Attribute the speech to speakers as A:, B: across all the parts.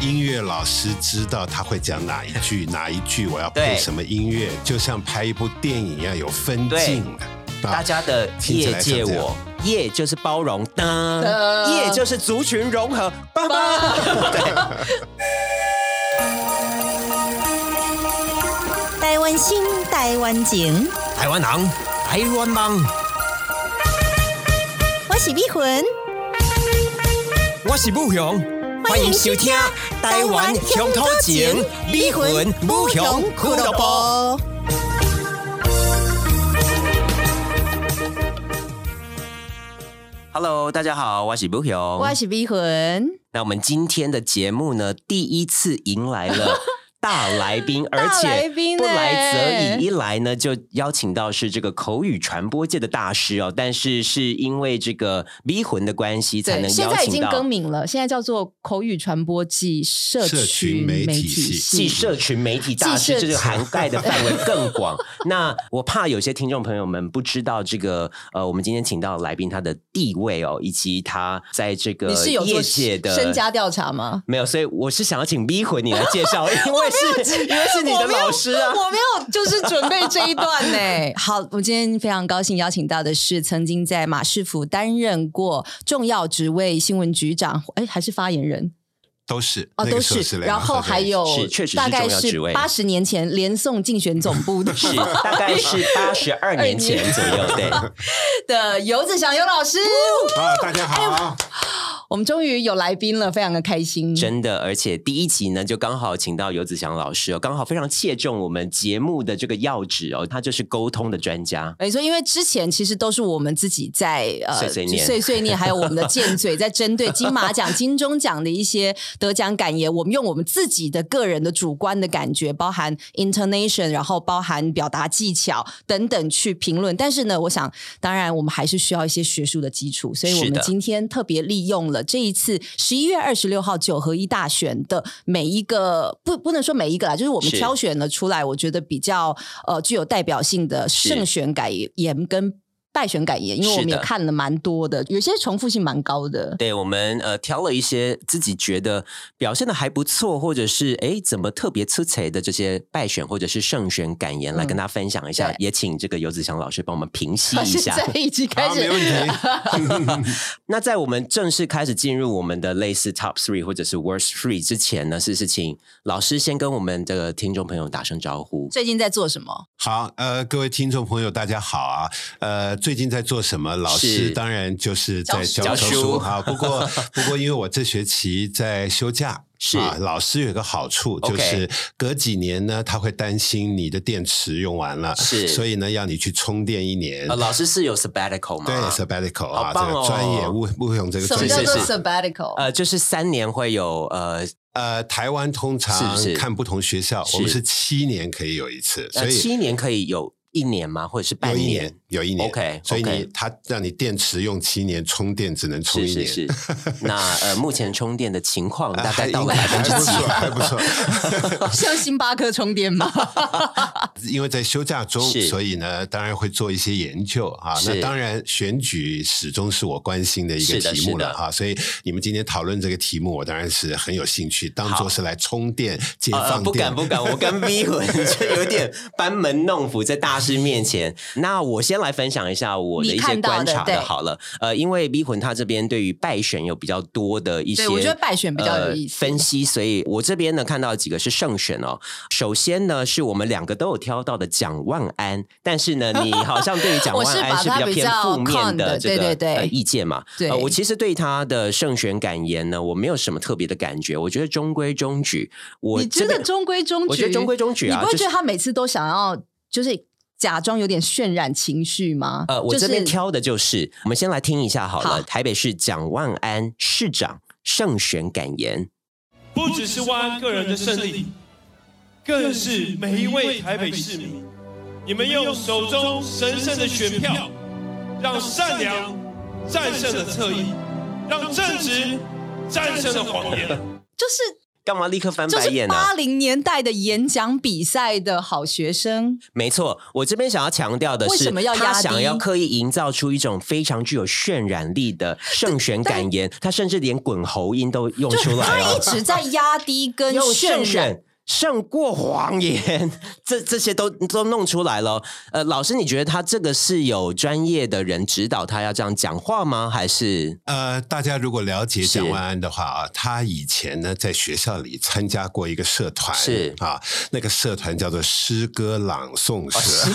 A: 音乐老师知道他会讲哪一句，哪一句我要配
B: 对
A: 什么音乐，就像拍一部电影一样有分镜啊。啊
B: 大家的业界我，业就是包容，当
C: 当
B: 业就是族群融合，爸爸。对，
D: 台湾心，台湾情，
B: 台湾人，台湾梦，
D: 我是美魂，
B: 我是武雄，
D: 欢迎收
B: 听《
D: 俱乐部。
B: Hello，大家好，我是武雄，
C: 我是逼魂，
B: 那我们今天的节目呢，第一次迎来 了大来宾，而且
C: 来宾哎
B: 不
C: 呢
B: 来则已，一来呢就邀请到是这个口语传播界的大师哦，但是是因为这个逼魂的关系才
C: 对，
B: 能
C: 现
B: 邀
C: 在已
B: 请
C: 经
B: 到
C: 更。名了，现在叫做口语传播暨社
A: 社
C: 区
A: 群媒
C: 媒
A: 体系
B: 继
C: 系。
B: 社群媒体大
C: 继
B: 师，
C: 社
B: 这就涵盖的范围更 广。那我怕有些听众朋友们不知道这个，呃，我们今天请到的来宾他的地位哦，以及他在这个
C: 你是有做
B: 业界的
C: 身家调查吗？
B: 没有，所以我是想要请 B 魂你来介 绍，因为是因为是你的老师啊。
C: 我没有，就是准备这一段呢、 好，我今天非常高兴邀请到的是曾经在马市府担任过重要职位新闻局长，哎，还是发言人
A: 都是
C: 哦，
A: 那
C: 都
A: 个时候
C: 是。
A: 两个
C: 然后
A: 合在
C: 还
A: 一起
C: 有
B: 是确实是
C: 大概
B: 重要
C: 是
B: 职位
C: 八十年前联送竞选总部的
B: 是，大概是八十二年前左右，对，
C: 的游子祥游老师，
B: 哦
A: 啊，大家好，
C: 我们终于有来宾了，非常的开心。
B: 真的。而且第一集呢，就刚好请到游子祥老师哦，刚好非常切中我们节目的这个要旨哦，他就是沟通的专家。
C: 没错，哎因为之前其实都是我们自己在呃
B: 嗯碎碎念
C: 碎碎念还有我们的舰嘴，在针对金 马奖、金钟奖的一些得奖感言，我们用我们自己的个人的主观的感觉，包含 intonation，然后包含表达技巧等等去评论。但是呢，我想，当然我们还是需要一些学术的基础，所以我
B: 是
C: 们
B: 的
C: 今天特别利用了这一次十一月二十六号九合一大选的每一个不不能说每一个啦，就是我们
B: 是
C: 挑选了出来，我觉得比较呃具有代表性的胜选感言跟败选感言，因为我们
B: 是
C: 也
B: 的
C: 看了蛮多的，有些重复性蛮 高的。
B: 对我们呃挑了一些自己觉得表现的还不错，或者是哎怎么特别出彩的这些败选或者是胜选感言来跟大家分享一下，
C: 嗯对
B: 也请这个游子祥老师帮我们平息
C: 到
B: 一
C: 现
B: 下。
C: 在已经开
A: 好，
C: 始
A: 没问题。
B: 那在我们正式开始进入我们的类似 top three 或者是 worst three 之前呢，是是请老师先跟我们的听众朋友打声招呼。
C: 最近在做什么？
A: 好，呃，各位听众朋友，大家好啊！呃，最近在做什么？老
B: 是
A: 师当然就是在
C: 教
A: 教
B: 教
A: 书
B: 书
A: 啊。不过，不过因为我这学期在休 假，
B: 是
A: 啊，老师有一个好处
B: OK
A: 就是隔几年呢，他会担心你的电池用完了，
B: 是
A: 所以呢，要你去充电一年
B: 呃，。老师是有 sabbatical 吗？
A: 对，sabbatical 啊，
B: 好
A: 这
B: 棒
A: 个
B: 哦
A: 专业不不用这个
C: 什
A: 专
C: 么
A: 业
C: 叫
B: 是
C: 做
B: 是
C: sabbatical？
B: 呃，就是三年会有呃
A: 呃，台湾通常
B: 是不是
A: 看不同学校，
B: 是
A: 我们是七年可以有一次，所
B: 呃
A: 以
B: 七年可以有一年吗？或者是半
A: 有一年，有一年。
B: OK，OK
A: 所以你它让你电池用七年，充电只能充
B: 是
A: 一
B: 是
A: 年。
B: 是。那呃，目前充电的情况
A: 呃
B: 大概
A: 还
B: 到
A: 应
B: 了
A: 该
B: 百
A: 还
B: 分之
A: 不
B: 几？
A: 错，还不错。
C: 像星巴克充电吗？
A: 因为在休假中，
B: 是
A: 所以呢，当然会做一些研究啊。
B: 是
A: 那当然，选举始终是我关心的一个
B: 是的
A: 题目了
B: 是的
A: 啊。所以你们今天讨论这个题目，我当然是很有兴趣，当做是来充电、解
B: 呃，
A: 放
B: 不
A: 电
B: 敢。不敢，我跟 V 魂 就有点班门弄斧在大师面前。那我先来分享一下我的一
C: 你
B: 些
C: 看到的
B: 观察
C: 对
B: 的好了。呃，因为 V 魂他这边对于败选有比较多的一些，
C: 对我觉得败选比较有意思
B: 呃、分析，所以我这边呢看到几个是胜选哦。首先呢，是我们两个都有挑到的蒋万安，但是 呢，你好像对于蒋
C: 我
B: 万
C: 是
B: 安
C: 把
B: 是
C: 他
B: 较
C: 比
B: 偏
C: 较
B: 负
C: con
B: 面
C: 的
B: 的这个
C: 对对对
B: 呃意见嘛。
C: 对
B: 呃，我其实对他的胜选感言呢，我没有什么特别的感觉，我觉得中规中矩。我
C: 你觉
B: 这
C: 得
B: 边
C: 中规中矩？
B: 我觉得中规中矩啊
C: 你不会
B: 就是
C: 觉得他每次都想要就是假装有点渲染情绪吗？
B: 呃，我
C: 就是
B: 这边挑的就是，我们先来听一下好了，
C: 好
B: 台北市蒋万安市长胜选感言。
E: 不只是万安个人的胜利，更是每一位台北市民，你们用手中神圣的选票，让善良战胜了侧翼，让正直战胜了谎言。
C: 就是
B: 干嘛立刻翻
C: 就
B: 白
C: 是
B: 眼呢、
C: 八零年代的演讲比赛的好学生，
B: 没错，我这边想要强调的是，
C: 为什么要压
B: 他想
C: 低
B: 要刻意营造出一种非常具有渲染力的胜选感言，他甚至连滚喉音都用出来
C: 他
B: 了，
C: 一直在压低跟
B: 用
C: 渲
B: 胜
C: 染。
B: 选胜过谎言，这这些都都弄出来了。呃，老师，你觉得他这个是有专业的人指导他要这样讲话吗？还是
A: 呃，大家如果了解
B: 是
A: 蒋万安的话啊，他以前呢在学校里参加过一个社团，
B: 是
A: 啊，那个社团叫做诗歌朗诵
B: 哦
A: 社。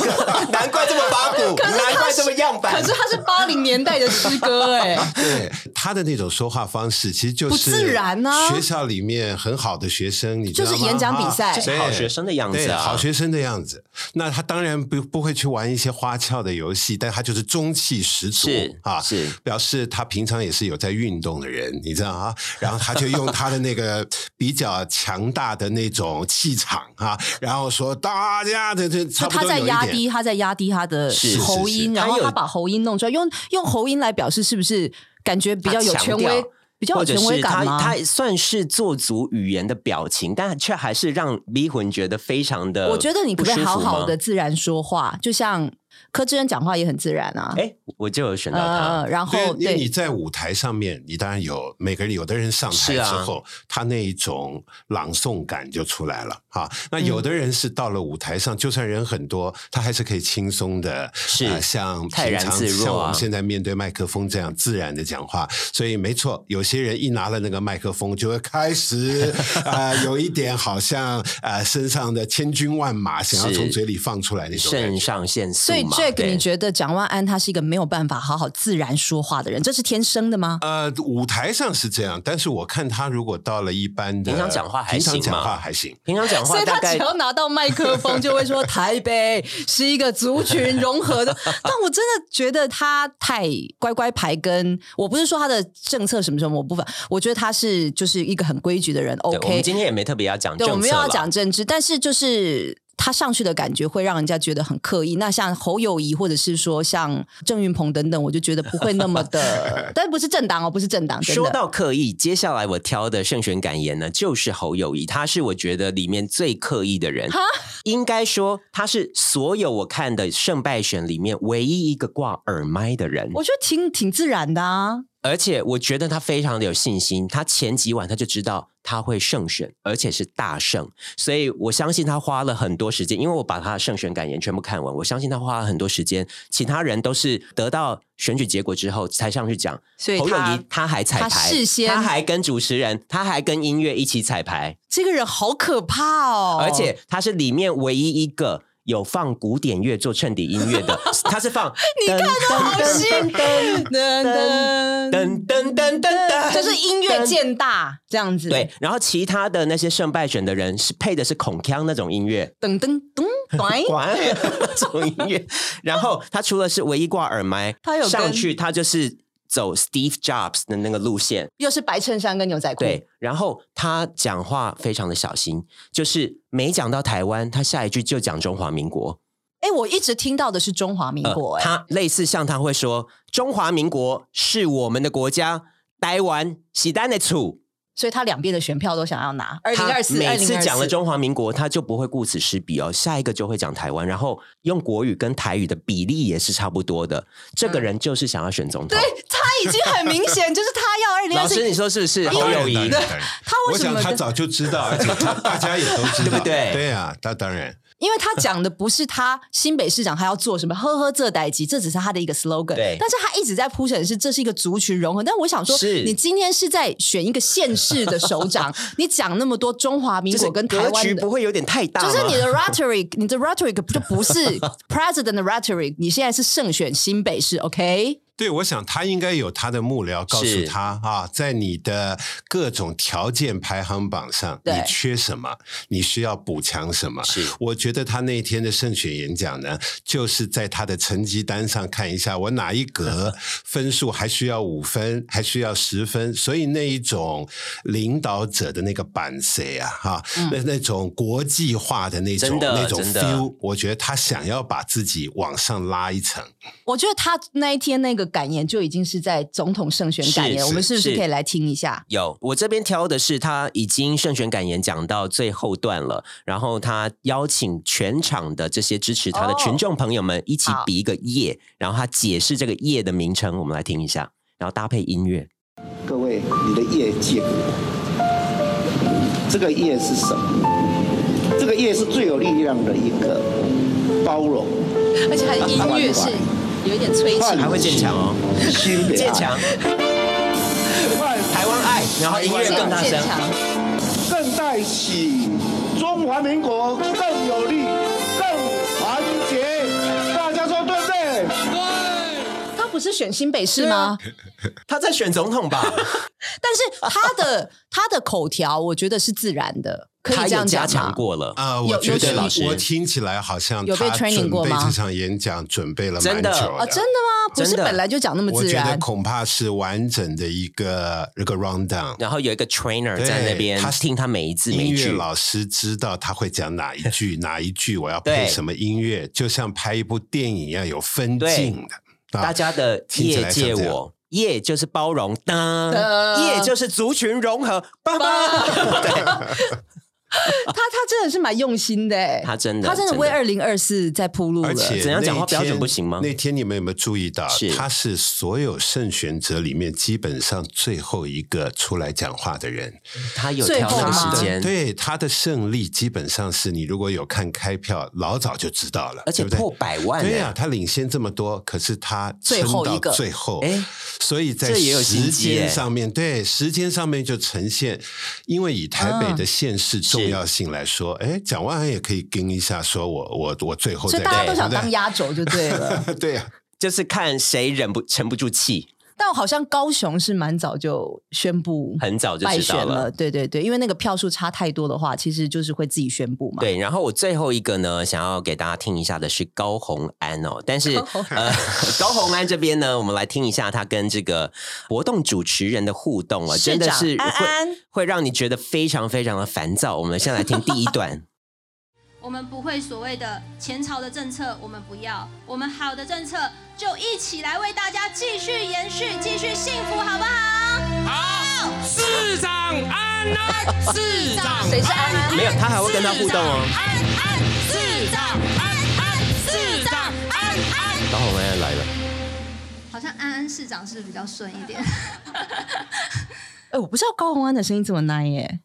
B: 难怪这么八股，难怪这么样
C: 可
B: 板
C: 是他是八零年代的诗 歌哎、
A: 对 他的那种说话方式，其实就是
C: 不自然啊
A: 学校里面很好的学生，你知道吗
C: 就是演讲比赛
A: 啊
B: 就是好学生的样子啊
A: 对好学生的样子。那他当然不不会去玩一些花俏的游戏，但他就是中气十足
B: 是
A: 啊，
B: 是
A: 表示他平常也是有在运动的人，你知道 啊？然后他就用他的那个比较强大的那种气场啊，然后说大家的这差
C: 就
A: 不
C: 他
A: 多
C: 在
A: 有一
C: 压
A: 点
C: 低，他在压低他的
B: 是是
C: 喉音，
A: 是
C: 然后
B: 他有
C: 他把喉音弄出来，用用喉音来表示是不是感觉比较有
B: 他
C: 权
B: 强
C: 威
B: 调，
C: 比较有
B: 或者
C: 权
B: 是
C: 威
B: 他
C: 感
B: 他
C: 吗？
B: 算是做足语言的表情，但却还是让迷魂觉得非常的。
C: 我觉得你呃可不可以好好的？自然说话，就像柯志恩讲话也很自然啊。
B: 哎，我就有选到他，
C: 呃，然后
A: 对，因为你
C: 对，
A: 在舞台上面，你当然有每个人，有的人上台
B: 是
A: 之
B: 啊
A: 后，他那一种朗诵感就出来了啊。那有
B: 嗯
A: 的人是到了舞台上，就算人很多，他还是可以轻松的，
B: 是
A: 呃像
B: 泰
A: 平
B: 然
A: 常
B: 自若啊
A: 像我们现在面对麦克风这样自然的讲话。所以没错，有些人一拿了那个麦克风，就会开 始啊、有一点好像啊、呃身上的千军万马想要
B: 是
A: 从嘴里放出来那种感
B: 肾
A: 觉。
B: 上腺素
C: 所以
B: 嘛。
C: Jack，
B: 对
C: 你觉得蒋万安他是一个没有办法好好自然说话的人，这是天生的吗？
A: 呃，舞台上是这样，但是我看他如果到了一般的
B: 平常讲话还
A: 平常
B: 行
A: 讲
B: 嘛
A: 话还行。
B: 平常讲
C: 所
B: 话
C: 以
B: 大
C: 他
B: 概
C: 只要拿到麦克风，就 会说台北是一个族群融合的。但我真的觉得他太乖乖牌跟，我不是说他的政策什么什么，我不反，我觉得他是就是一个很规矩的人。
B: 对我们
C: OK，
B: 今天也没特别要讲政
C: 对，
B: 策
C: 我们又要
B: 啦
C: 讲政治，但是就是。他上去的感觉会让人家觉得很刻意。那像侯友谊，或者是说像郑云鹏等等，我就觉得不会那么 的。但不是政党哦，不是政党。真的
B: 说到刻意，接下来我挑的胜选感言呢，就是侯友谊，他是我觉得里面最刻意的人
C: 哈，
B: 应该说他是所有我看的胜败选里面唯一一个挂耳麦的人，
C: 我觉得挺挺自然的啊。
B: 而且我觉得他非常的有信心，他前几晚他就知道他会胜选，而且是大胜，所以我相信他花了很多时间，因为我把他的胜选感言全部看完，我相信他花了很多时间，其他人都是得到选举结果之后才上去讲，
C: 所以
B: 侯友
C: 他
B: 谊他还彩
C: 他
B: 排，
C: 事先
B: 他还跟主持人，他还跟音乐一起彩排，
C: 这个人好可怕哦！
B: 而且他是里面唯一一个。有放古典乐做衬底音乐 的，他是放你看他
C: 好心噔噔噔，
B: 噔噔噔噔噔，
C: 就是音乐渐大这样子。
B: 对，，然后其他的那些胜败选的人是配的是孔腔那种音乐，
C: 噔噔咚 咚。
B: 管 那种音乐。然后他除了是唯一挂耳麦，
C: 他有跟
B: 上去，他就是走 Steve Jobs 的那个路线。
C: 又是白衬衫跟牛仔裤，
B: 对，然后他讲话非常的小心，就是每讲到台湾，他下一句就讲中华民国。呃
C: 哎，我一直听到的是中华民国，哎，
B: 他类似像他会说中华民国是我们的国家，台湾是咱的厝。
C: 所以他两边的选票都想要拿。二零
B: 他
C: 二四，
B: 每次讲了
C: 中，
B: 中华民国，他就不会顾此失彼哦，下一个就会讲台湾，然后用国语跟台语的比例也是差不多的。这
C: 嗯
B: 个人就是想要选总统。
C: 他已经很明显就是他要二零
B: 老
C: 二
B: 师，
C: 四，
B: 你说是不是？
A: 当
B: 侯
A: 然
B: 友
A: 当
B: 谊
A: 然，当然
C: 他为
A: 我
C: 什
A: 想
C: 么
A: 他
C: 跟？
A: 早就知道，而且 他大家也都知道，
B: 对不对
A: 对啊，他当然
C: 因为他讲的不是他新北市长他要做什么，呵呵这代级，这只是他的一个 slogan。
B: 对
C: 但是他一直在铺陈是这是一个族群融合。但我想说，
B: 是
C: 你今天是在选一个县市的 首长，你讲那么多中华民
B: 就
C: 国
B: 是
C: 跟台
B: 格局
C: 湾
B: 不啊
C: 的。
B: 会有点太大吗？
C: 就是你的 rhetoric，你的 rhetoric 就不是 president 的 rhetoric，你现在是胜选新北市，OK？
A: 对。我想他应该有他的幕僚告诉
B: 是
A: 他啊，在你的各种条件排行榜上，你
C: 对
A: 缺什么，你需要补强什么。
B: 是
A: 我觉得他那一天的胜选演讲呢，就是在他的成绩单上看一下我哪一 格分数还需要五分，还需要十分，所以那一种领导者的那个板谁啊，哈、那那种国际化的那种
B: 嗯真的
A: 那种
B: 真的
A: feel，我觉得他想要把自己往上拉一层。
C: 我觉得他那一天那个感言就已经是在总统胜选感言，
B: 是
C: 我们是不是
B: 是
C: 可以来听一下？
B: 有，我这边挑的是他已经胜选感言讲到最后段了，然后他邀请全场的这些支持他的
C: 哦
B: 群众朋友们一起
C: 好
B: 比一个耶，然后他解释这个耶的名称，我们来听一下，然后搭配音乐。
F: 各位，你的业借给我，这个业是什么？这个业是最有力量的一个包容，
C: 而且他的音乐是有一点催
F: 换
C: 情
F: 人，
B: 还会坚强哦，
F: 新北
B: 坚 强，台湾爱，然后音乐更大声
C: 渐。强
F: 更带起中华民国更有力、更团结，大家说对不对？
C: 他不是选新北市
B: 啊
C: 吗？
B: 他在选总统吧？
C: 但是他的 他的口条，我觉得是自然的，可以
B: 他
C: 这
B: 有
C: 样
B: 加
C: 讲
B: 强
C: 吗？
B: 过了，
A: 啊，
C: 有
A: 我觉
C: 有
A: 得
B: 老师
A: 我听起来好像
C: 有被
A: 他
C: training
A: 准
C: 过
A: 备
C: 吗
A: 这场演讲准备了
B: 真
A: 蛮久
B: 的
C: 哦，真的吗？不是
B: 真的
C: 本来就讲那么
A: 我
C: 自
A: 觉得
C: 然，
A: 恐怕是完整的一个一个 round down。
B: 然后有一个 trainer 在那边
A: 他
B: 听他每一字每
A: 音
B: 一
A: 乐
B: 句。
A: 老师知道他会讲哪一句， 哪一句我要
B: 对
A: 配什么音乐，就像拍一部电影一样有分镜的。啊
B: 大家的
A: 听起
B: 业
A: 来像
B: 界
A: 这样
B: 我。业就是包容，当
C: 当
B: 业就是族群融合，爸爸。对，
C: 他他真的是蛮用心的 欸，
B: 他真的
C: 他真的
B: 真的
C: 为二零二四在铺路了
A: 而。且
B: 怎样讲话
A: 那一天
B: 标准不行吗
A: 那天你们有没有注意到，
B: 是
A: 他是所有胜选者里面基本上最后一个出来讲话的人。
B: 他有
C: 最
B: 挑
C: 后
B: 那个
C: 吗
B: 时间，
A: 对他的胜利，基本上是你如果有看开票，老早就知道了，
B: 而且
A: 对不对
B: 破百万
A: 对
B: 欸
A: 呀、他领先这么多，可是他
C: 最后一个
A: 撑到最后，
B: 哎
A: 所以在
B: 这也有心
A: 时
B: 机欸
A: 间上面，对时间上面就呈现，因为以台北的县市重要性来说，哎、蒋万安也可以跟一下，说我我我最后
C: 所
A: 再
C: 以大家
A: 干
C: 都想
A: 对不
C: 当
A: 对
C: 压轴就 对了，
A: 对啊呀、
B: 就是看谁忍不沉不住气，
C: 但我好像高雄是蛮早就宣布
B: 很早就
C: 败
B: 知
C: 选
B: 道
C: 了，。对对对，因为那个票数差太多的话，其实就是会自己宣布嘛。
B: 对，然后我最后一个呢，想要给大家听一下的是高洪安哦，但是
C: 高虹安
B: 呃， 高洪安这边呢，我们来听一下他跟这个活动主持人的互动啊，
C: 市
B: 真的
C: 长
B: 是会
C: 安安
B: 会让你觉得非常非常的烦躁。我们先来听第一段。
G: 我们不会所谓的前朝的政策，我们不要，我们好的政策就一起来为大家继续延续，继续幸福，好不好？好，
E: 市长安安，市长
C: 谁是安安
B: 没有他还会跟他互动哦
G: 安安，市长安安，市长安安。
B: 高洪安来了，
G: 好像安安市长是比较顺一点。
C: 哎，我不知道高洪安的声音这么 nice 耶，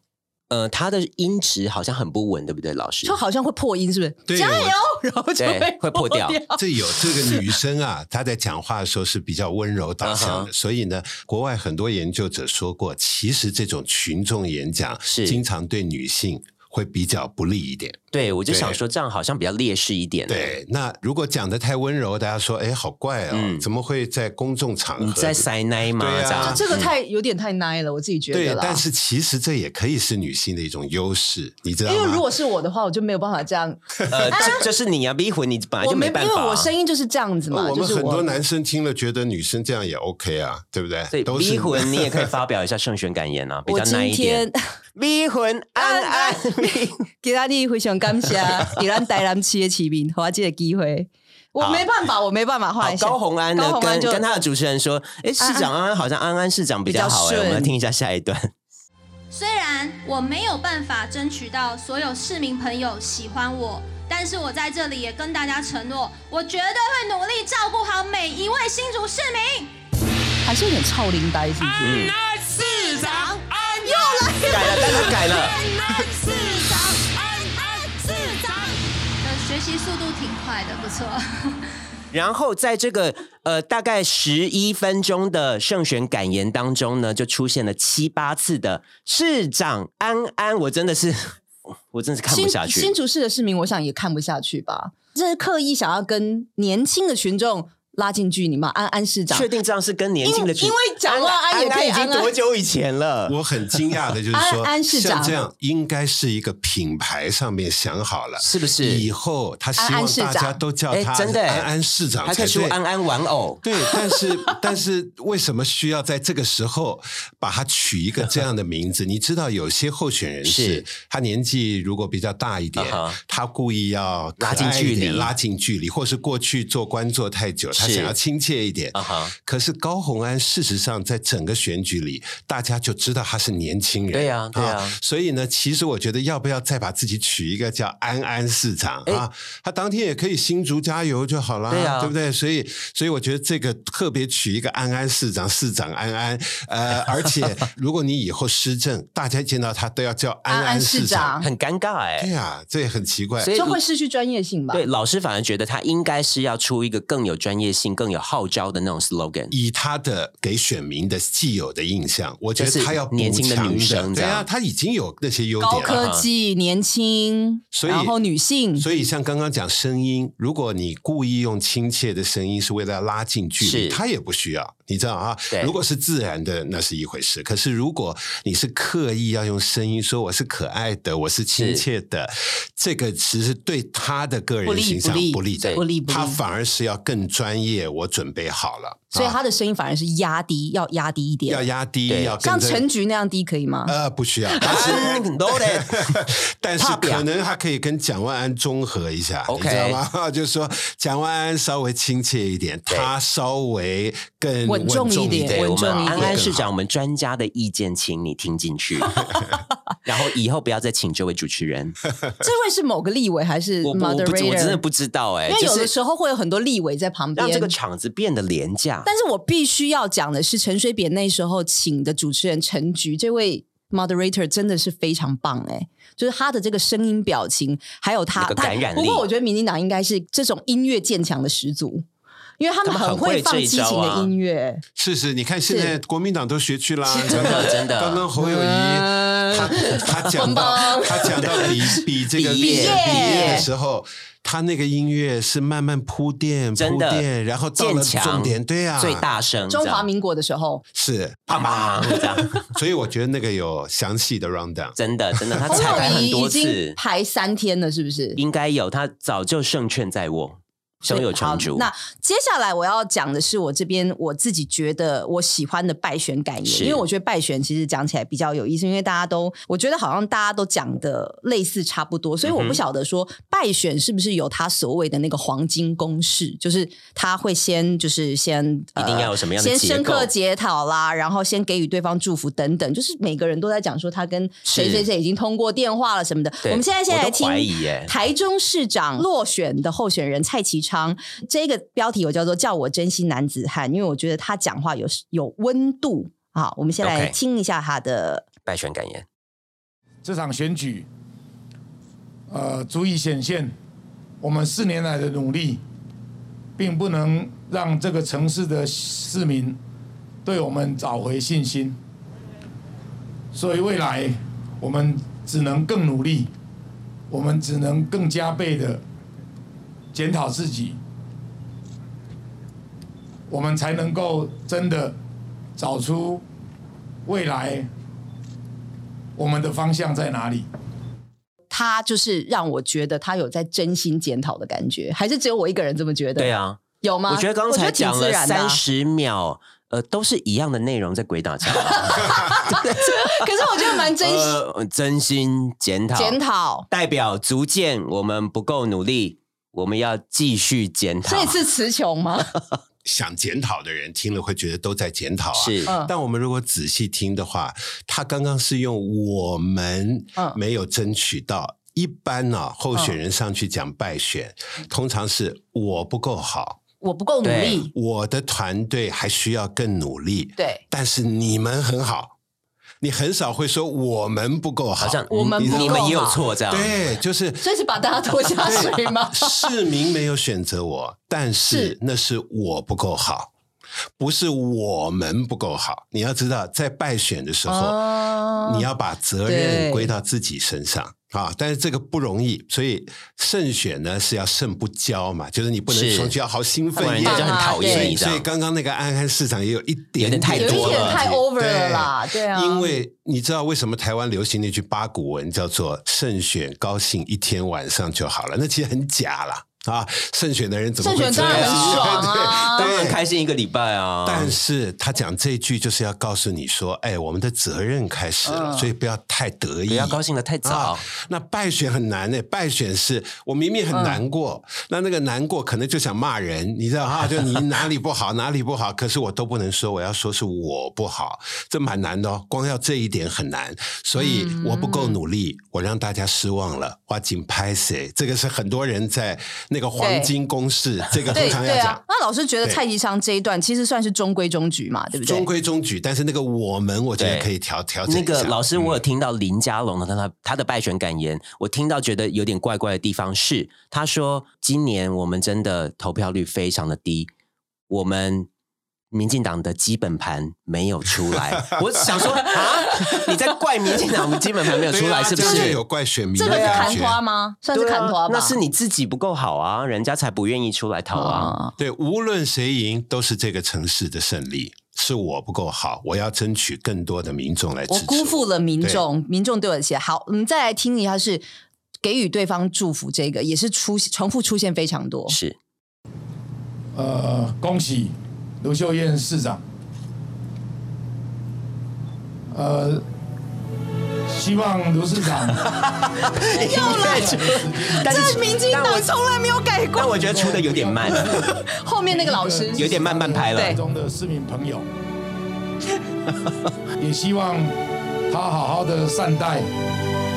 B: 呃，他的音质好像很不稳，对不对，老师
C: 就？好像会破音，是不是？
A: 对
C: 加油！
B: 然后
C: 就
B: 对会破掉，
A: 这有这个女生啊，她在讲话的时候是比较温柔导向
B: 嗯
A: 的，
B: 哼
A: 所以呢，国外很多研究者说过，其实这种群众演讲
B: 是
A: 经常对女性会比较不利一点。
B: 对我就
A: 对
B: 想说这样好像比较劣势一点。，
A: 对，那如果讲的太温柔，大家说，哎，好怪哦，
B: 嗯
A: 怎么会在公众场合？
B: 你 在塞奶吗？
A: 对啊
B: 这样
C: 这个太有点太 nice 了，我自己觉
A: 对
C: 得，啦。
A: 但是其实这也可以是女性的一种优势，你知道
C: 哎因为如
A: 吗？
C: 果是我的话，我就没有办法这样，
B: 呃，这这是你啊，逼婚你 本来
C: 我
B: 就
C: 没
B: 办
C: 因
B: 法
C: 为
B: 啊。
C: 我声音就是这样子嘛，
A: 哦我
C: 就
A: 们
C: 是
A: 很多男生听了觉得女生这样也 OK 啊，对不
B: 所以
A: 对？都是
B: 逼婚 你也可以发表一下胜选感言啊，比
C: 我
B: 较难
C: 今
B: 一点
C: 天。
B: 逼 婚安安，
C: 给大家非常感谢，啊 给咱台南区的市民和这个机会，我
B: 好
C: 没办法，我没办法，后来
B: 好，
C: 想
B: 高红安呢
C: 高虹安
B: 跟
C: 就
B: 跟他的主持人说，哎，市长安安好像安安市长比较好
C: 比
B: 哎，
C: 较
B: 我
C: 顺
B: 们来听一下下一段。
G: 虽然我没有办法争取到所有市民朋友喜欢我，但是我在这里也跟大家承诺，我绝对会努力照顾好每一位新竹市民。
C: 还是有点超龄呆，是不是？
E: 安安市长安安。
B: 改了，但他改了。
G: 安市长，安安市长，呃，学习速度挺快的，不错。
B: 然后在这个呃大概十一分钟的胜选感言当中呢，就出现了七八次的市长安安，我真的是，我真是看不下去。
C: 新新竹市的市民，我想也看不下去吧。这是刻意想要跟年轻的群众拉近距离嘛？安安市长
B: 确定这样是跟年轻的
C: 因为因为蒋万安也可
B: 安安已
C: 以安
B: 经
C: 安
B: 多久以前 了？
A: 我很惊讶的就是说，
C: 安安市长
A: 像这样应该是一个品牌上面想好了，
B: 是不是
A: 以后他希
C: 安安
A: 望
C: 市长
A: 大家都叫
B: 哎
A: 他
B: 真的哎
A: 安安市长
B: 还可
A: 才
B: 以出
A: 对。
B: 安安玩偶。
A: 对，但是但是为什么需要在这个时候把它取一个这样的名字？你知道有些候选人
B: 是
A: 是他年纪如果比较大一点
B: 啊哈，
A: 他故意要
B: 拉近
A: 可爱一点
B: 距离
A: 拉近距离，或是过去做官做太久，
B: 是
A: 他他
B: 是
A: 想要亲切一点。
B: 啊哈，
A: 可是高虹安事实上在整个选举里，大家就知道他是年轻人，啊
B: 对呀对啊呀
A: 所以呢，其实我觉得要不要再把自己取一个叫安安市长
B: 哎
A: 啊？他当天也可以新竹加油就好啦，
B: 对啊呀
A: 不对？所以，所以我觉得这个特别取一个安安市长，市长安安， 呃，而且如果你以后施政，大家见到他都要叫安
C: 安安
A: 市
C: 市长
B: 很尴尬哎、
A: 对呀，这也很奇怪。
B: 所以
C: 就会失去专业性吧？
B: 对，老师反而觉得他应该是要出一个更有专业性、更有号召的那种 slogan。
A: 以他的给选民的既有的印象，我觉得
B: 就是
A: 他要补
B: 年轻的
A: 强
B: 女生这
A: 对
B: 样
A: 啊，他已经有那些优
C: 高
A: 点了。
C: 科技、年轻，
A: 所以
C: 然后女性，
A: 所以像刚刚讲声音，如果你故意用亲切的声音是为了拉近距
B: 是
A: 离，他也不需要，你知道啊
B: 对？
A: 如果是自然的，那是一回事。可是如果你是刻意要用声音说我是可爱的，我是亲切的，这个其实对他的个
C: 不
A: 人
C: 利
A: 形象
C: 不利
A: 不利的，
C: 对不利不利
A: 他反而是要更专业，我准备好了，
C: 所以
A: 啊
C: 她的声音反而是压低，要压低一
A: 要
C: 点，
A: 压低，
B: 对
A: 要跟
C: 像
A: 着
C: 陈菊那样低可以吗？
A: 呃，不 需要，但是
B: 嗯 loaded
A: 但是
B: 怕表
A: 可能他可以跟蒋万安综合一下
B: OK
A: 你知道吗？ 就是说蒋万安稍微亲切一点，
B: 对
A: 他稍微更
C: 稳重一
A: 一
C: 点
B: 对我
C: 稳重
B: 们
C: 一
B: 安
C: 点
B: 安市长，我们专家的意见，请你听进 去， 然后以后不要再请这位主持人。
C: 这位是某个立委还是
B: 我我不知
C: moderator？
B: 我真的不知道哎、
C: 因为
B: 就
C: 有的
B: 是
C: 时候会有很多立委在旁边
B: 让。这个场子变得廉价。
C: 但是我必须要讲的是，陈水扁那时候请的主持人陈菊这位 moderator 真的是非常棒哎、就是他的这个声音、表情，还有他
B: 那个
C: 他
B: 感染力
C: 不过我觉得民进党应该是这种音乐渐强的始祖，因为他们
B: 他们很
C: 很
B: 会
C: 会放
B: 这一
C: 激
B: 招啊
C: 情的音乐。
A: 是是，你看现在国民党都学去啦，
B: 真的真的
A: 刚刚侯友谊
C: 嗯
A: 他他讲 到他讲到比比这个
B: 毕
A: 毕
B: 业
A: 业的时候。他那个音乐是慢慢铺垫，
B: 真
A: 铺
B: 的
A: 垫，然后到
B: 渐
A: 了
B: 强
A: 重点，对啊，
B: 最大声，
C: 中
B: 这
C: 华
B: 样
C: 民国的时候，
A: 是，
B: 啪啪这样，
A: 所以我觉得那个有详细的 round down。
B: 真的真的， 他
C: 侯
B: 彩排
C: 友
B: 很
C: 谊已
B: 多
C: 经
B: 次，
C: 排三天了，是不是？
B: 应该有，他早就胜券在握，胸有成竹。
C: 好那接下来我要讲的是我这边我自己觉得我喜欢的败选感言，
B: 是
C: 因为我觉得败选其实讲起来比较有意思，因为大家都我觉得好像大家都讲的类似差不多，所以我
B: 嗯
C: 不
B: 哼
C: 晓得说败选是不是有他所谓的那个黄金公式，就是他会先就是先、呃
B: 一定要有什么样的
C: 先
B: 结
C: 深刻
B: 构
C: 检讨啦，然后先给予对方祝福等等，就是每个人都在讲说他跟谁
B: 是
C: 谁谁已经通过电话了什么的。我
B: 对
C: 们现在先
B: 我
C: 来
B: 都
C: 听
B: 怀疑耶
C: 台中市长落选的候选人蔡其昌，这个标题我叫做“叫我珍惜男子汉”，因为我觉得他讲话有有温度。好，我们先来
B: OK
C: 听一下他的
B: 败选感言，
H: 这场选举，呃，足以显现我们四年来的努力，并不能让这个城市的市民对我们找回信心。所以未来我们只能更努力，我们只能更加倍的检讨自己，我们才能够真的找出未来我们的方向在哪里。
C: 他就是让我觉得他有在真心检讨的感觉，还是只有我一个人这么觉得？
B: 对，啊，
C: 有吗？
B: 我觉得刚才
C: 挺
B: 讲
C: 自
B: 了
C: 然的啊
B: 三十秒，呃，都是一样的内容在鬼打墙啊。
C: 可是我觉得蛮真心
B: 呃，真心检讨，
C: 检讨，
B: 代表足见我们不够努力，我们要继续检讨
C: 所。以是词穷吗？
A: 想检讨的人听了会觉得都在检讨啊，
B: 是
C: 嗯
A: 但我们如果仔细听的话，他刚刚是用我们
C: 嗯
A: 没有争取到。一般呢、候选人上去讲败选，通常是我不够好，
C: 我不够努力，
A: 我的团队还需要更努力。
C: 对，
A: 但是你们很好，你很少会说我们不够好，
B: 好像
C: 我们
B: 你
C: 不
B: 你
C: 够
B: 们也有
C: 好
B: 错这样。
A: 对，就是
C: 所以是把大家拖下水 吗？
A: 市民没有选择我，但是
C: 是
A: 那是我不够好，不是我们不够好。你要知道，在败选的时候，
C: 哦
A: 你要把责
C: 对
A: 任归到自己身上啊。但是这个不容易，所以胜选呢是要胜不骄嘛，就是你不能
B: 是
A: 说就要好兴奋
B: 不然，人家
A: 一
B: 就
A: 样
B: 很
C: 啊
B: 讨
A: 所
B: 厌
C: 对
B: 你
A: 以，
B: 这
A: 所以
B: 样。
A: 刚刚那个安安市长也有一
B: 有
A: 点
B: 点太
C: 有一
B: 多
C: 点
B: 了
C: 太 over 了
A: 对
C: 啦，对啊，
A: 因为你知道为什么台湾流行那句八股文叫做“胜选高兴一天晚上就好了”，那其实很假啦。啊，胜选的人怎么
C: 胜
A: 会
C: 选当
A: 这
C: 然
A: 样
C: 很 爽 啊，
B: 当然开心一个礼拜啊！
A: 但是他讲这句就是要告诉你说，哎，我们的责任开始
C: 嗯
A: 了，所以不要太得意，
B: 不要高兴的太早
A: 啊。那败选很难呢、败选是我明明很
C: 嗯
A: 难过，那那个难过可能就想骂人，你知道哈、就 你哪里不好哪里不好，可是我都不能说，我要说是我不好，这蛮难的哦。光要这一点很难，所以
C: 嗯
A: 我不够努力，我让大家失望了。哇，紧拍谁？这个是很多人在那个黄金公式，这个通
C: 对
A: 常要
C: 对
A: 讲
C: 啊。。那老师觉得
A: 对
C: 蔡其昌这一段其实算是中规中矩嘛，对不对？
A: 中规中矩，但是那个我们，我觉得
B: 对
A: 可以调调整
B: 那
A: 一下。
B: 个老师，
A: 嗯
B: 我有听到林佳龙的他他的败选感言，我听到觉得有点怪怪的地方是，他说今年我们真的投票率非常的低，我们民进党的基本盘没有出来。 我想说啊，你在怪民进党基本盘没有出
A: 对
B: 来、
A: 啊
B: 是不
A: 这样
B: 是
A: 就？有怪选民
C: 这
A: 的
C: 个是
A: 感
C: 砍
A: 啊觉
C: 花吗？算是
B: 对啊
C: 砍花吧？
B: 那是你自己不够好啊，人家才不愿意出来投啊。
C: 啊，
A: 对，无论谁赢，都是这个城市的胜利。是我不够好，我要争取更多的民众来支持
C: 我辜负了民众，民众对我的期待。好，我们再来听一下是给予对方祝福，这个也是出重复出现非常多。
B: 是
H: 呃，恭喜卢秀燕市长。呃，希望卢市 长
B: 又来，但
C: 这
B: 是
C: 民进
B: 但
C: 党
B: 我
C: 从来没有改过。
B: 但我觉得出的有点慢。
C: 后面那个老师
B: 有点慢慢拍了
C: 对
H: 中的市民朋友， 也希望他好好的善待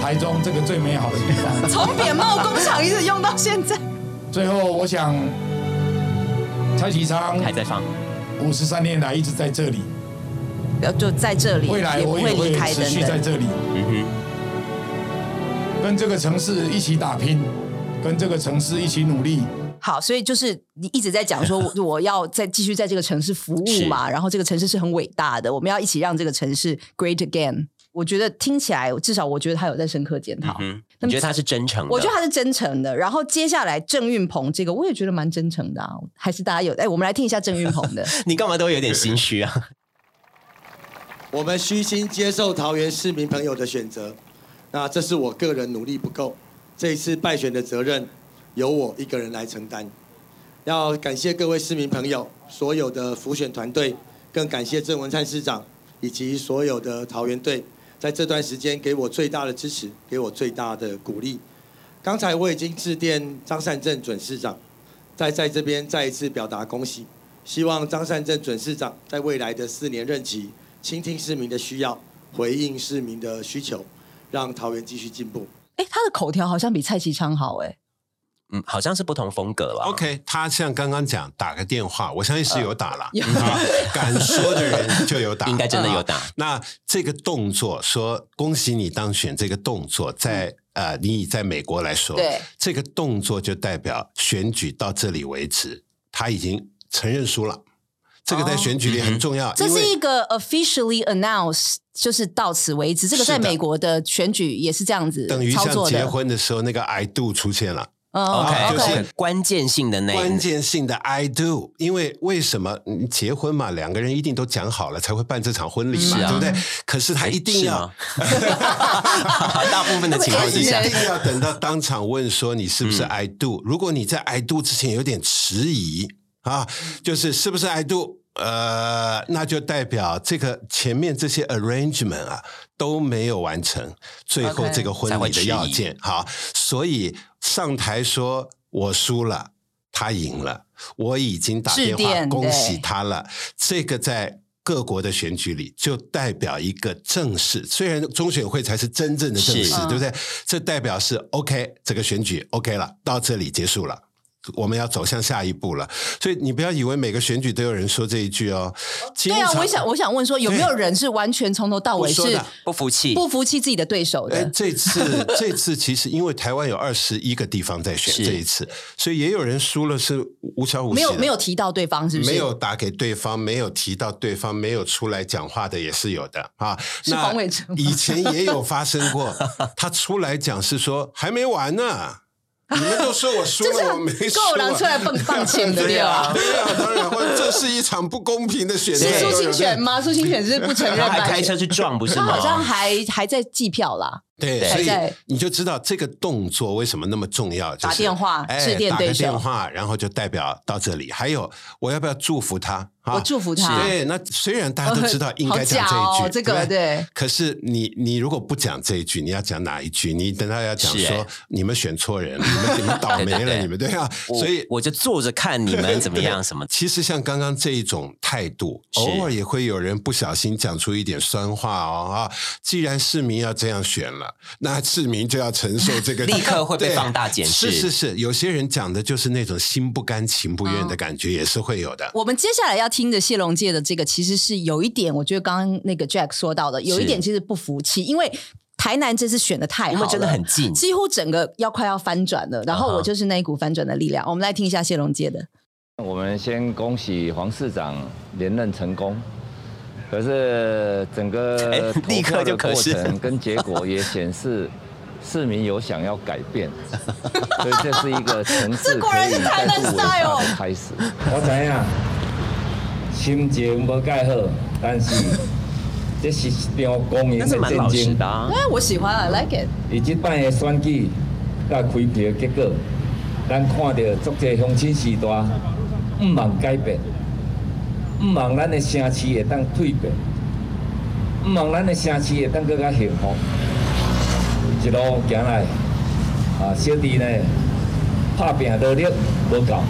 H: 台中这个最美好的地 方。
C: 从扁帽工厂一直用到现在，
H: 最后，我想蔡其昌
B: 还在 放，
H: 五十三年来一直在这里，
C: 就在这里，
H: 未来
C: 也不
H: 我
C: 会
H: 也会
C: 离开
H: 持
C: 等
H: 续在
C: 等。
H: 这里，跟这个城市一起打拼，跟这个城市一起努力。
C: 好，所以就是你一直在讲 说，我我要再继续在这个城市服务嘛，然后这个城市是很伟大的，我们要一起让这个城市 great again。我觉得听起来，至少我觉得他有在深刻检讨。
B: 嗯，你觉得他是真诚的？
C: 我觉得他是真诚的。然后接下来郑运鹏这个，我也觉得蛮真诚的啊。还是大家有哎，我们来听一下郑运鹏 的。
B: 你干嘛都有点心 虚啊？
I: 我们虚心接受桃园市民朋友的选择，那这是我个人努力不够，这一次败选的责任由我一个人来承担。要感谢各位市民朋友、所有的辅选团队，更感谢郑文灿市长以及所有的桃园队，在这段时间给我最大的支持，给我最大的鼓励。刚才我已经致电张善政准市长，在在这边再一次表达恭喜，希望张善政准市长在未来的四年任期，倾听市民的需要，回应市民的需求，让桃园继续进步。
C: 哎，他的口条好像比蔡其昌好哎。
B: 嗯，好像是不同风格了。
A: OK，他像刚刚讲打个电话，我相信是有打
C: 呃
A: 了， 啊敢说的人就有打，
B: 应该真的有打
A: 啊那这个动作说恭喜你当选，这个动作在、呃，你以在美国来说，
C: 嗯对
A: 这个动作就代表选举到这里为止，他已经承认输了。这个在选举里很重要，
C: 哦这
A: 因为
C: 是一个 officially announce，就是到此为止。这个
A: 是的
C: 在美国的选举也是这样
B: 呃
C: 子
A: 等于
C: 操
A: 像
C: 作的。
A: 结婚的时候那个 I do 出现了。
C: 嗯
B: OK，
A: 就
B: 就是是关键性的那
A: 关键性的 I do，因为为什么嗯结婚嘛，两个人一定都讲好了才会办这场婚礼嘛，
B: 是啊
A: 对不对？可是他一定
B: 是
A: 要
B: 吗， 大部分的情况
A: 他
B: 之
A: 一
B: 下，嗯
A: 定要等到当场问说你是不是 I do，、如果你在 I do 之前有点迟疑啊，就是是不是 I do。呃，那就代表这个前面这些 arrangement 啊都没有完成，最后
C: OK
A: 这个婚
B: 才会
A: 礼的
B: 迟疑
A: 要件好，所以上台说我输了，他赢了，我已经打
C: 致
A: 电话
C: 电
A: 恭喜
C: 对
A: 他了。这个在各国的选举里就代表一个正式，虽然中选会才是真正的正
B: 是
A: 式，对不对？这代表是 OK，这个选举 OK 了，到这里结束了。我们要走向下一步了，所以你不要以为每个选举都有人说这一句哦。经
C: 对啊，
A: 常
C: 我想我想问说，有没有人是完全从头到尾
A: 不说
C: 是
A: 的
B: 不服气，
C: 不服气自己的对手
A: 哎，
C: 的？
A: 这次 这次其实因为台湾有二十一个地方在选
B: 是
A: 这一次，所以也有人输了是无小无
C: 没
A: 细
C: 有
A: 的
C: 没有提到对方是不是？
A: 没有打给对方，没有提到对方，没有出来讲话的也是有的啊。
C: 是
A: 那
C: 黄伟哲吗
A: 以前也有发生 过，他出来讲是说还没完呢。你们都说我输
C: 就是
A: 了，我没输啊。
C: 够狼出 来蹦放钱的
A: 对啊
C: 料啊
A: 对啊，当然，我这是一场不公平的选择。
C: 是苏
A: 对
C: 清
A: 不对
C: 泉吗？苏清泉是不承认
B: 他还
C: 败
B: 开
C: 选
B: 车去撞，不是
C: 他
B: 吗？
C: 好像还还在计票啦。
A: 对，
B: 对
A: 所以
C: 对
A: 你就知道这个动作为什么那么重要。就是
C: 打电话
A: 哎
C: 致电
A: 打个
C: 对手
A: 电话，然后就代表到这里。还有，我要不要祝福他？啊
C: 我祝福他
A: 对，那虽然大家都知道应该讲这
C: 好假
A: 一
C: 哦
A: 句，
C: 这个
A: 不
C: 对
A: 可是你你如果不讲这一句，你要讲哪一句？你等到要讲
B: 是哎
A: 说你们选错人，你 们你们倒霉
B: 对对
A: 了，
B: 对
A: 你们对啊，
B: 我
A: 所以。
B: 我就坐着看你们怎么样，什么的
A: 其实像刚刚这一种态度，
B: 是
A: 偶尔也会有人不小心讲出一点酸话哦啊！既然市民要这样选了，那市民就要承 受这个
B: 立刻会被放大检视
A: 对是是是，有些人讲的就是那种心不甘情不愿的
B: 嗯
A: 感觉，也是会有的。
C: 我们接下来要听的谢龙介的这个，其实是有一点，我觉得刚刚那个 Jack 说到的，有一点其实不服气，因为台南这次选的太好
B: 因为真的
C: 了
B: 很近
C: 几乎整个要快要翻转了。
A: 啊
C: 然后我就是那一股翻转的力量。我们来听一下谢龙介的。
J: 我们先恭喜黄市长连任成功，可是整
B: 哎
J: 个投
B: 立刻
J: 票
B: 就
J: 的
B: 可
J: 过
B: 是
J: 程跟结果也显示市民有想要改变，所以这是一个城市
C: 这果
J: 可
C: 然
J: 以
C: 是
J: 再
C: 台南
J: 度伟
C: style 哦
J: 大的开始。
K: 我知影，心情无介好，但是这是一场公益
B: 但是
K: 的
B: 蛮
K: 战
B: 老实
K: 争
B: 的。啊。
C: 哎，我喜欢，I like it。
K: 伊即摆的选举甲开票结果，咱看到足侪乡亲时代毋茫改变，毋茫咱的城市会当蜕变，毋茫咱的城市会当更较幸福。一路行来，啊，小弟呢拍拼努力无够。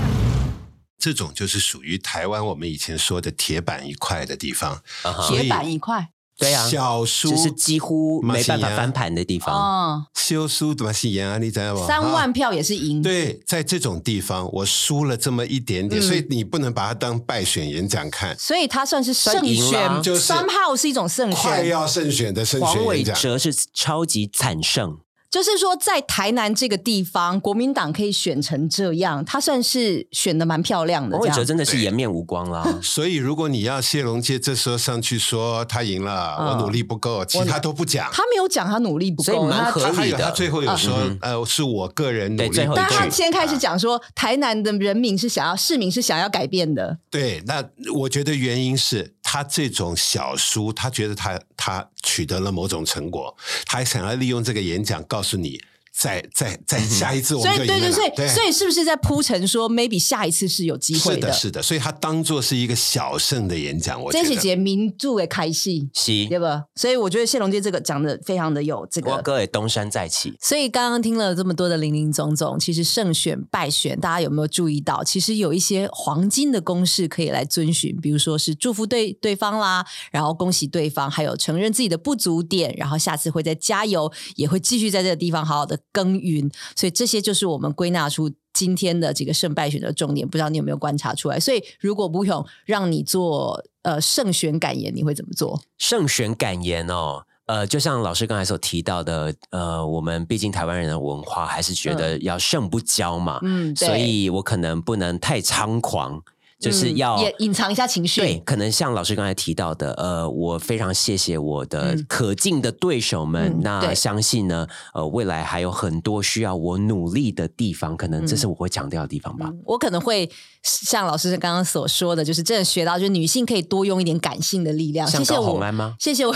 A: 这种就是属于台湾我们以前说的铁板一块的地方，
B: 啊
A: 所以
C: 铁板一块
B: 对啊
A: 小叔
B: 就是几乎没办法翻盘的地方。
C: 哦，
A: 修书怎么是严啊？你知道吗？
C: 三万
A: 啊
C: 票也是赢。
A: 对，在这种地方，我输了这么一点点，
C: 嗯嗯
A: 所以你不能把它当败选演讲看，
C: 所以他算是胜
B: 算赢了啊
C: 选，
A: 就是
C: 三号是一种胜
A: 快
C: 选，
A: 要胜选的胜选
B: 黄伟
A: 演讲。
B: 哲是超级惨胜，
C: 就是说在台南这个地方，国民党可以选成这样，他算是选的蛮漂亮的。
B: 黄
C: 这
B: 伟
C: 样
B: 哲真的是颜面无光啊啦。
A: 所以，如果你要谢龙介这时候上去说他赢了，
B: 嗯
A: 我努力不够，其他都不讲。
C: 他没有讲他努力不
B: 所以
C: 够，
B: 蛮
C: 他
B: 合
A: 他
B: 理
A: 还有
B: 的
A: 他最后有说，呃，是我个人努力
B: 对
A: 不够。
B: 最后一
C: 但他
B: 句
C: 先开始讲说，台南的人民是想要，市民是想要改变的。
A: 对，那我觉得原因是他这种小书，他觉得他他取得了某种成果，他还想要利用这个演讲告诉你，再再再下一次我
C: 所
A: 们
C: 以
A: 就赢
C: 对
A: 了。
C: 对，所以所以是不是在铺陈说，maybe 下一次是有机会
A: 是的，是的，所以他当做是一个小胜的演讲，我觉
C: 这
A: 得。
C: 是一个民主的开戏，
B: 西
C: 对吧？所以我觉得谢龙介这个讲的非常的有这
B: 我
C: 个。
B: 哥也东山再起，
C: 所以刚刚听了这么多的零零总总，其实胜选败选，大家有没有注意到？其实有一些黄金的公式可以来遵循，比如说是祝福对对方啦，然后恭喜对方，还有承认自己的不足点，然后下次会再加油，也会继续在这个地方好好的耕耘。所以这些就是我们归纳出今天的这个胜败选的重点。不知道你有没有观察出来？所以如果不勇让你做呃胜选感言，你会怎么做？
B: 胜选感言哦。呃，就像老师刚才所提到的，呃，我们毕竟台湾人的文化还是觉得要胜不骄嘛，
C: 嗯，对
B: 所以我可能不能太猖狂，就是要、
C: 嗯也隐藏一下情绪。
B: 对，可能像老师刚才提到的，呃，我非常谢谢我的
C: 嗯
B: 可敬的对手们。
C: 嗯对
B: 那相信呢，呃，未来还有很多需要我努力的地方，可能这是我会强调的地方吧。
C: 嗯我可能会像老师刚刚所说的，就是真的学到，就是女性可以多用一点感性的力量。谢
B: 像
C: 谢
B: 高
C: 我
B: 红，安吗？
C: 谢 谢我，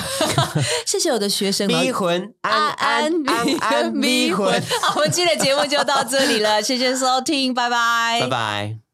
C: 谢谢我的学生。
B: 迷魂
C: 安嗯安安安迷魂，好，我们今天的节目就到这里了，谢谢收听，拜拜，
B: 拜。拜。